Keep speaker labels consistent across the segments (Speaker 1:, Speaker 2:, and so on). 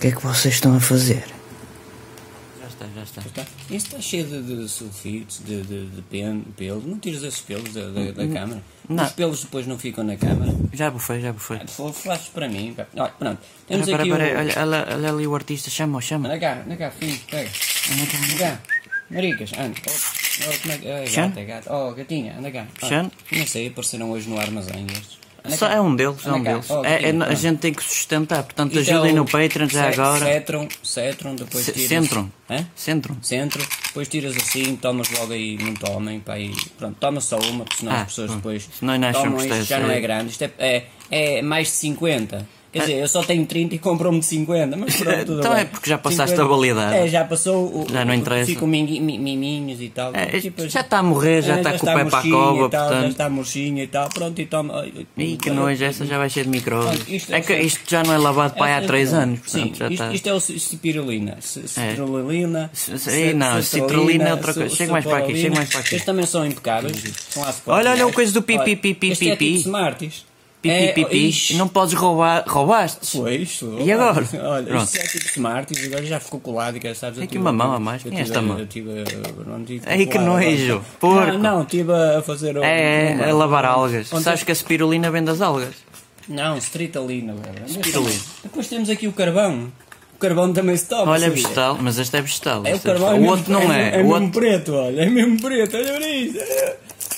Speaker 1: que é que vocês estão a fazer?
Speaker 2: Já está, já está.
Speaker 3: Tá? Isso está cheio de, de sulfites, de, de, de pen- pelo. Não tiras esses pelos da, da, da câmara?
Speaker 2: Não.
Speaker 3: Os pelos depois não ficam na câmara?
Speaker 2: Já bufei, já bufei.
Speaker 3: Flashes para mim. pá. Olha, pronto. Temos
Speaker 2: Pera, pera,
Speaker 3: aqui
Speaker 2: pera,
Speaker 3: o...
Speaker 2: olha, olha, olha ali o artista, chama-o, chama.
Speaker 3: Anda cá, anda cá, filho, pega.
Speaker 2: Anda cá, anda
Speaker 3: Anda
Speaker 2: cá.
Speaker 3: cá. Maricas, anda. Oh, oh, como é que... Oh,
Speaker 2: Xan?
Speaker 3: gata, gata. Oh, gatinha, anda cá. Olha,
Speaker 2: Xan?
Speaker 3: Não sei, apareceram hoje no armazém estes. Anda
Speaker 2: Só
Speaker 3: cá.
Speaker 2: é um deles, é
Speaker 3: Anda
Speaker 2: um
Speaker 3: cá.
Speaker 2: deles.
Speaker 3: Oh,
Speaker 2: É- é-
Speaker 3: gatinha,
Speaker 2: a
Speaker 3: pronto.
Speaker 2: gente tem que sustentar, portanto
Speaker 3: Isto é
Speaker 2: ajudem
Speaker 3: o
Speaker 2: no Patreon já
Speaker 3: ce-
Speaker 2: agora.
Speaker 3: Cetron, Cetron, depois tiras...
Speaker 2: Centro.
Speaker 3: Hã?
Speaker 2: Centro.
Speaker 3: Centro, depois tiras assim, tomas logo aí, não tomem, pá, aí, pronto, toma só uma, porque senão
Speaker 2: Ah,
Speaker 3: as pessoas
Speaker 2: hum.
Speaker 3: depois
Speaker 2: Senão ainda acham
Speaker 3: tomam
Speaker 2: que
Speaker 3: isto,
Speaker 2: isto é
Speaker 3: já não é
Speaker 2: sério.
Speaker 3: grande, isto é, é, é mais de 50. Quer dizer, eu só tenho 30 e compro-me de 50, mas pronto, tudo
Speaker 2: Então
Speaker 3: bem.
Speaker 2: é porque já passaste a
Speaker 3: 50.
Speaker 2: validade.
Speaker 3: É, já passou, o-
Speaker 2: Já não
Speaker 3: o-
Speaker 2: interessa.
Speaker 3: Ficam mingui- mi- miminhos e tal.
Speaker 2: É,
Speaker 3: tipo,
Speaker 2: já está a morrer, já
Speaker 3: é,
Speaker 2: está com o pé para a
Speaker 3: murchinha
Speaker 2: cova,
Speaker 3: e tal, Já
Speaker 2: portanto.
Speaker 3: está murchinha e tal, pronto, e toma...
Speaker 2: Ih, que nojo, essa já vai ser de micróbios.
Speaker 3: Olha, isto é
Speaker 2: É que
Speaker 3: só-
Speaker 2: isto já não é lavado para aí há 3 anos,
Speaker 3: Sim,
Speaker 2: portanto já
Speaker 3: isto,
Speaker 2: está.
Speaker 3: isto é o ci- cipirulina. ci- Citrulina.
Speaker 2: C- c-
Speaker 3: ci-
Speaker 2: não,
Speaker 3: citrulina,
Speaker 2: citrulina é outra
Speaker 3: su-
Speaker 2: coisa. Chega mais para aqui,
Speaker 3: suprolina.
Speaker 2: chega mais para aqui. Uhum.
Speaker 3: Estes também são impecáveis. São lá
Speaker 2: Olha, olha o
Speaker 3: suprolinares.
Speaker 2: coisa do pi,
Speaker 3: é? Olha,
Speaker 2: pi, pi, pi,
Speaker 3: este é
Speaker 2: pi,
Speaker 3: tipo
Speaker 2: pi.
Speaker 3: Smarties.
Speaker 2: Pipi,
Speaker 3: É,
Speaker 2: pipi,
Speaker 3: isto-
Speaker 2: não podes roubar, roubaste.
Speaker 3: Pois, tu,
Speaker 2: E agora?
Speaker 3: Olha,
Speaker 2: Pronto.
Speaker 3: isto é tipo Smarties, agora já ficou colado e que sabes.
Speaker 2: Tem aqui uma mão a mais, quem é esta mão? Ei,
Speaker 3: Ei,
Speaker 2: que nojo, porco.
Speaker 3: Não, não, estive a fazer. o-
Speaker 2: É, é,
Speaker 3: uma-
Speaker 2: é lavar algas.
Speaker 3: Ontem-
Speaker 2: Sabes que a spirulina vem das algas.
Speaker 3: Não, Stritalina, velho.
Speaker 2: Stritalina.
Speaker 3: Depois temos aqui o carvão. O carvão também se toma.
Speaker 2: Olha, é
Speaker 3: sabia?
Speaker 2: vegetal, mas este é vegetal.
Speaker 3: assim? É o
Speaker 2: este é vegetal.
Speaker 3: carvão.
Speaker 2: o outro não é. O
Speaker 3: mesmo
Speaker 2: outro
Speaker 3: preto, olha. É mesmo preto. Olha para isto.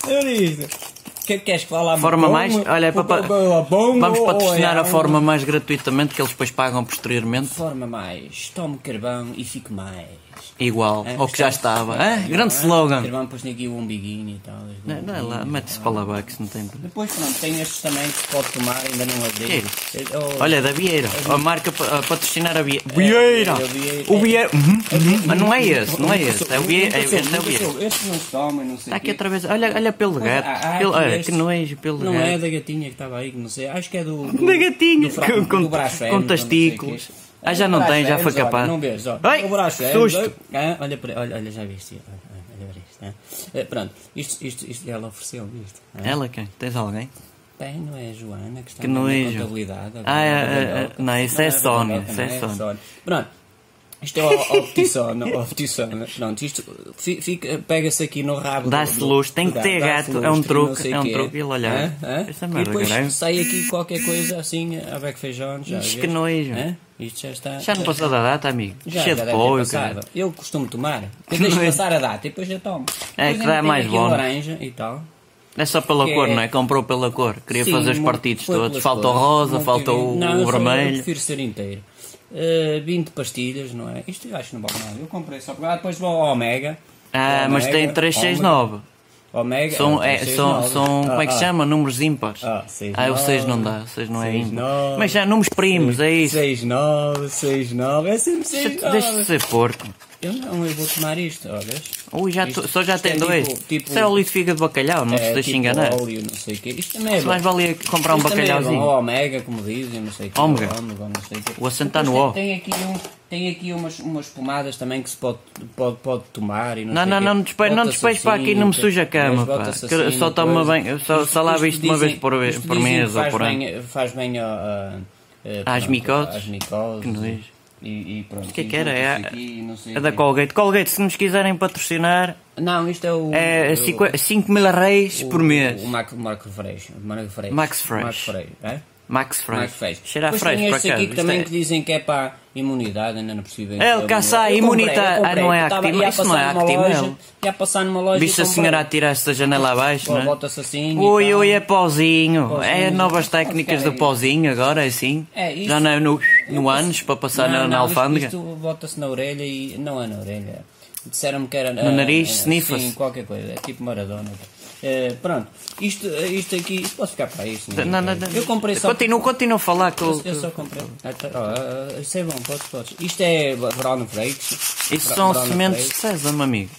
Speaker 3: Olha para isto. O que é que queres que vá lá?
Speaker 2: forma
Speaker 3: bom?
Speaker 2: mais. Olha, é para, para-
Speaker 3: Coca-Cola bom
Speaker 2: vamos
Speaker 3: ou-
Speaker 2: patrocinar
Speaker 3: ou é
Speaker 2: a forma
Speaker 3: um-
Speaker 2: mais gratuitamente que eles depois pagam posteriormente.
Speaker 3: Forma mais. Tome carvão e fique mais.
Speaker 2: Igual
Speaker 3: É,
Speaker 2: ao que já
Speaker 3: gostaste?
Speaker 2: estava.
Speaker 3: É,
Speaker 2: Hã? grande
Speaker 3: é?
Speaker 2: slogan.
Speaker 3: Carvão, pôs-lhe aqui o umbiguinho e tal. as
Speaker 2: Não, não é lá,
Speaker 3: bombinhas.
Speaker 2: mete-se para lá, vai, que isso não tem. problema.
Speaker 3: Depois, pronto, tem estes também que se pode tomar, ainda não abri.
Speaker 2: Que é
Speaker 3: Eh, oh,
Speaker 2: Olha, da Vieira. A marca pa- a patrocinar a Vieira. Vieira!
Speaker 3: é, Vieira.
Speaker 2: O Vieira. Uhum, uhum. Mas não é esse, não é esse. É o Vieira. é-
Speaker 3: Nunca soube,
Speaker 2: Este é o
Speaker 3: nunca
Speaker 2: Vieira.
Speaker 3: soube. Estes não se tomam, não sei.
Speaker 2: Está
Speaker 3: o
Speaker 2: aqui
Speaker 3: quê.
Speaker 2: outra vez. Olha, olha pelo
Speaker 3: Ah,
Speaker 2: gato.
Speaker 3: ah,
Speaker 2: Pelo- olha,
Speaker 3: este
Speaker 2: que nojo, pelo
Speaker 3: Não é
Speaker 2: gato.
Speaker 3: da gatinha que estava aí, que não sei. Acho que é do. do-
Speaker 2: Da gatinha.
Speaker 3: do fra-
Speaker 2: Com-
Speaker 3: do braço
Speaker 2: com
Speaker 3: fêmur, não sei o quê.
Speaker 2: testículos. Ah, já não
Speaker 3: braço
Speaker 2: tem, já foi
Speaker 3: fêmur, olha,
Speaker 2: capaz.
Speaker 3: Não vês, ó.
Speaker 2: Ai,
Speaker 3: o braço
Speaker 2: que
Speaker 3: fêmur,
Speaker 2: susto.
Speaker 3: ah, olha, para- olha, olha, já viste. Olha, olha para isto. ah. Eh, Pronto, isto, isto, isto ela ofereceu-me isto. ah.
Speaker 2: Ela quem? Tens alguém?
Speaker 3: Bem, não é a Joana que está
Speaker 2: Que
Speaker 3: na
Speaker 2: nojo.
Speaker 3: contabilidade.
Speaker 2: Ah, é,
Speaker 3: agora,
Speaker 2: é,
Speaker 3: Badalhoca.
Speaker 2: é, não, isso é
Speaker 3: Badalhoca,
Speaker 2: Sónia,
Speaker 3: não
Speaker 2: isso é Sónia.
Speaker 3: Pronto, isto é o optissona, optissona. Pronto, isto fi- fica- pega-se aqui no rabo. do-
Speaker 2: Dá-se
Speaker 3: do-
Speaker 2: luz, tem
Speaker 3: do
Speaker 2: que ter
Speaker 3: dá-se
Speaker 2: gato, é um
Speaker 3: lustre,
Speaker 2: truque,
Speaker 3: não sei
Speaker 2: é um
Speaker 3: quê.
Speaker 2: truque, ele olhar.
Speaker 3: Hã? Hã?
Speaker 2: Essa
Speaker 3: E
Speaker 2: merda grande.
Speaker 3: depois sai aqui qualquer coisa assim, a beco feijão. já
Speaker 2: Ixi,
Speaker 3: vês?
Speaker 2: que nojo.
Speaker 3: Hã? Isto já está...
Speaker 2: Já não passou da data, amigo. Cheio
Speaker 3: Já, já
Speaker 2: de
Speaker 3: deve ter
Speaker 2: pó, e o
Speaker 3: passado.
Speaker 2: caralho.
Speaker 3: Eu costumo tomar. Eu deixo
Speaker 2: Nojo.
Speaker 3: passar a data e depois eu tomo.
Speaker 2: É,
Speaker 3: Depois
Speaker 2: que
Speaker 3: ainda
Speaker 2: dá
Speaker 3: tem
Speaker 2: mais
Speaker 3: aqui
Speaker 2: bom.
Speaker 3: laranja e tal.
Speaker 2: É só pela
Speaker 3: Que
Speaker 2: cor,
Speaker 3: é-
Speaker 2: não é? Comprou pela cor. Queria
Speaker 3: Sim,
Speaker 2: fazer os
Speaker 3: muito-
Speaker 2: partidos
Speaker 3: foi
Speaker 2: todos.
Speaker 3: pelas
Speaker 2: Falta o
Speaker 3: cores.
Speaker 2: rosa,
Speaker 3: Não
Speaker 2: falta
Speaker 3: tive-
Speaker 2: o,
Speaker 3: não,
Speaker 2: o
Speaker 3: eu sou- Eu
Speaker 2: vermelho.
Speaker 3: prefiro ser inteiro. Eh, 20 pastilhas, não é? Isto eu acho que não vale nada. Eu comprei só porque. Ah, depois vou ao Omega.
Speaker 2: Ah, mas tem 369.
Speaker 3: Omega.
Speaker 2: São,
Speaker 3: ah,
Speaker 2: é, são,
Speaker 3: 369.
Speaker 2: são como é que
Speaker 3: Ah,
Speaker 2: se
Speaker 3: ah.
Speaker 2: chama? Números ímpares.
Speaker 3: Ah, seis,
Speaker 2: Ah, o 6 não
Speaker 3: nove,
Speaker 2: dá, 6 não é
Speaker 3: seis,
Speaker 2: ímpar.
Speaker 3: nove.
Speaker 2: Mas já, números primos, é isso.
Speaker 3: 69, 69, é sempre 69.
Speaker 2: Deixa de ser porco.
Speaker 3: Eu não, eu vou tomar isto, olha.
Speaker 2: Ui, já
Speaker 3: Isto-
Speaker 2: tu- só já
Speaker 3: isto é
Speaker 2: tem dois.
Speaker 3: tipo- tipo-
Speaker 2: Isso é óleo de fígado de bacalhau, não se
Speaker 3: é,
Speaker 2: deixa
Speaker 3: tipo
Speaker 2: enganar.
Speaker 3: Óleo, não sei o quê. Isto também é
Speaker 2: Mais
Speaker 3: bom.
Speaker 2: valia comprar um
Speaker 3: Isto também é bom.
Speaker 2: bacalhauzinho.
Speaker 3: Ou Omega, como dizem, não sei o quê.
Speaker 2: Ômega.
Speaker 3: Ômega, não sei o quê.
Speaker 2: O acento tá no
Speaker 3: Depois
Speaker 2: O.
Speaker 3: Tem tem aqui, um, tem aqui umas, umas pomadas também que se pode, pode, pode tomar e não
Speaker 2: Não,
Speaker 3: sei
Speaker 2: não,
Speaker 3: o quê.
Speaker 2: não, me despeje, não me
Speaker 3: Bota-se
Speaker 2: despeje para aqui, não me
Speaker 3: assim,
Speaker 2: suja a cama,
Speaker 3: mas
Speaker 2: pá.
Speaker 3: bota-se
Speaker 2: Que eu
Speaker 3: assim,
Speaker 2: só tomo
Speaker 3: coisa.
Speaker 2: bem, eu só,
Speaker 3: Isto-
Speaker 2: só lá
Speaker 3: isto
Speaker 2: visto uma
Speaker 3: dizem-
Speaker 2: vez por, vez-
Speaker 3: isto
Speaker 2: por
Speaker 3: dizem que
Speaker 2: mês ou
Speaker 3: faz
Speaker 2: por ano.
Speaker 3: bem- Faz bem a- a- a-
Speaker 2: Às
Speaker 3: pronto,
Speaker 2: micoses.
Speaker 3: Às micoses.
Speaker 2: Que nojo.
Speaker 3: E, e pronto. O
Speaker 2: que é que era? É a- É da
Speaker 3: da qual?
Speaker 2: Colgate. Colgate, se nos quiserem patrocinar,
Speaker 3: Não, isto é o.
Speaker 2: é
Speaker 3: o-
Speaker 2: 5 mil reis
Speaker 3: o-
Speaker 2: por mês.
Speaker 3: O Marco, Marco Freixo. Marco Freixo.
Speaker 2: Max Freixo.
Speaker 3: Marco Freixo, é?
Speaker 2: Max
Speaker 3: mais
Speaker 2: Fresh.
Speaker 3: fresco.
Speaker 2: Cheira a
Speaker 3: Depois
Speaker 2: fresh,
Speaker 3: tem
Speaker 2: por
Speaker 3: este
Speaker 2: acaso.
Speaker 3: aqui que
Speaker 2: Isto
Speaker 3: também
Speaker 2: é-
Speaker 3: que dizem que é para imunidade, ainda não percebi. bem.
Speaker 2: É o
Speaker 3: Eu
Speaker 2: caça,
Speaker 3: comprei, eu
Speaker 2: imunidade.
Speaker 3: comprei,
Speaker 2: Ah, não é
Speaker 3: eu tava-
Speaker 2: Actimel.
Speaker 3: ia
Speaker 2: Isso não
Speaker 3: passar
Speaker 2: é
Speaker 3: numa
Speaker 2: Actimel.
Speaker 3: loja- Ia passar numa loja
Speaker 2: Viste
Speaker 3: e
Speaker 2: a
Speaker 3: comprei.
Speaker 2: senhora a tirar-se da janela abaixo,
Speaker 3: Pô,
Speaker 2: não é?
Speaker 3: Bota-se assim. e
Speaker 2: Ui,
Speaker 3: tal.
Speaker 2: ui, é pozinho.
Speaker 3: Pozinho.
Speaker 2: É novas
Speaker 3: Pode
Speaker 2: técnicas
Speaker 3: ficar
Speaker 2: do
Speaker 3: aí.
Speaker 2: pozinho agora, é assim.
Speaker 3: É, isso-
Speaker 2: Já não é no,
Speaker 3: Eu
Speaker 2: no
Speaker 3: passo-
Speaker 2: anos para passar
Speaker 3: Não,
Speaker 2: na, na
Speaker 3: não, isto-
Speaker 2: alfândega.
Speaker 3: Isto, bota-se na orelha e. Não é na orelha. Disseram-me que era. eh,
Speaker 2: No nariz, snifa-se.
Speaker 3: Sim, qualquer coisa. É tipo Maradona. Eh, pronto, isto, eh, isto aqui. Posso ficar para isso?
Speaker 2: Não, não, não.
Speaker 3: Eu comprei só.
Speaker 2: Continua, continua a falar que eu-
Speaker 3: Eu só comprei. Ah, tá. Ah, ah, isso é bom, podes, podes. Isto é Brown Flakes.
Speaker 2: Isso
Speaker 3: Bra-
Speaker 2: são
Speaker 3: Brown
Speaker 2: sementes de
Speaker 3: Flakes.
Speaker 2: sésamo, amigo.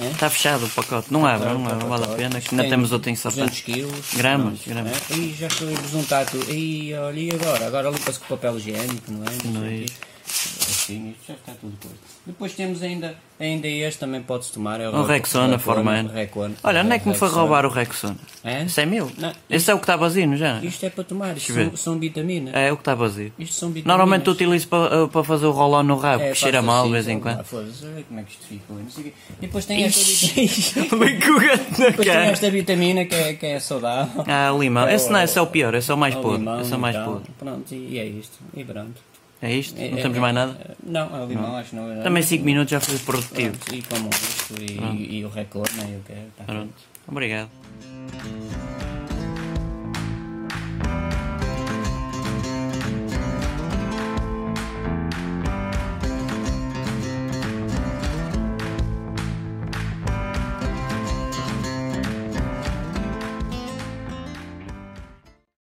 Speaker 3: É?
Speaker 2: Está fechado o pacote. Não abre, não abre, não vale a pena. Que ainda temos outro insertado.
Speaker 3: 200 quilos.
Speaker 2: Gramas,
Speaker 3: Pronto, né?
Speaker 2: gramas.
Speaker 3: é? E já estou a besuntar tudo. E olha, e agora? Agora limpa-se com papel higiênico, não é? Não sei o quê. Assim, isto já está tudo coisa. Depois temos ainda, ainda este, também podes tomar. É o
Speaker 2: Um Rexona, Foreman.
Speaker 3: Rexona.
Speaker 2: Olha, onde é que me foi
Speaker 3: Rexona.
Speaker 2: roubar o Rexona?
Speaker 3: É?
Speaker 2: 100 mil?
Speaker 3: Não.
Speaker 2: Esse é o que está vazio, não já?
Speaker 3: Isto é para tomar, isto
Speaker 2: Deixa eu ver.
Speaker 3: são, são vitaminas.
Speaker 2: É o que está vazio.
Speaker 3: Isto são vitaminas.
Speaker 2: Normalmente eu utilizo para eh, para fazer o rolão no rabo,
Speaker 3: É,
Speaker 2: que cheira
Speaker 3: faz
Speaker 2: mal
Speaker 3: assim,
Speaker 2: de vez em
Speaker 3: então,
Speaker 2: quando.
Speaker 3: ah, Foda-se, olha como é que isto ficou. e não sei o quê. E depois tem esta vitamina.
Speaker 2: Bem com o gato na
Speaker 3: Depois tem
Speaker 2: cara.
Speaker 3: esta vitamina que é, que é saudável.
Speaker 2: Ah, limão.
Speaker 3: É,
Speaker 2: Esse não,
Speaker 3: o-
Speaker 2: esse é o pior, esse é o mais
Speaker 3: Ao
Speaker 2: podre.
Speaker 3: limão,
Speaker 2: Esse é o mais
Speaker 3: então.
Speaker 2: podre.
Speaker 3: Pronto, e, e é isto. E pronto.
Speaker 2: É isto?
Speaker 3: É-
Speaker 2: Não
Speaker 3: é-
Speaker 2: temos
Speaker 3: é-
Speaker 2: mais nada?
Speaker 3: Não, é o limão, acho que não. é-
Speaker 2: Também 5 minutos já fui produtivo.
Speaker 3: Pronto, E como isto, e, e o recorde, né? E o que é. tá.
Speaker 2: Pronto. Obrigado.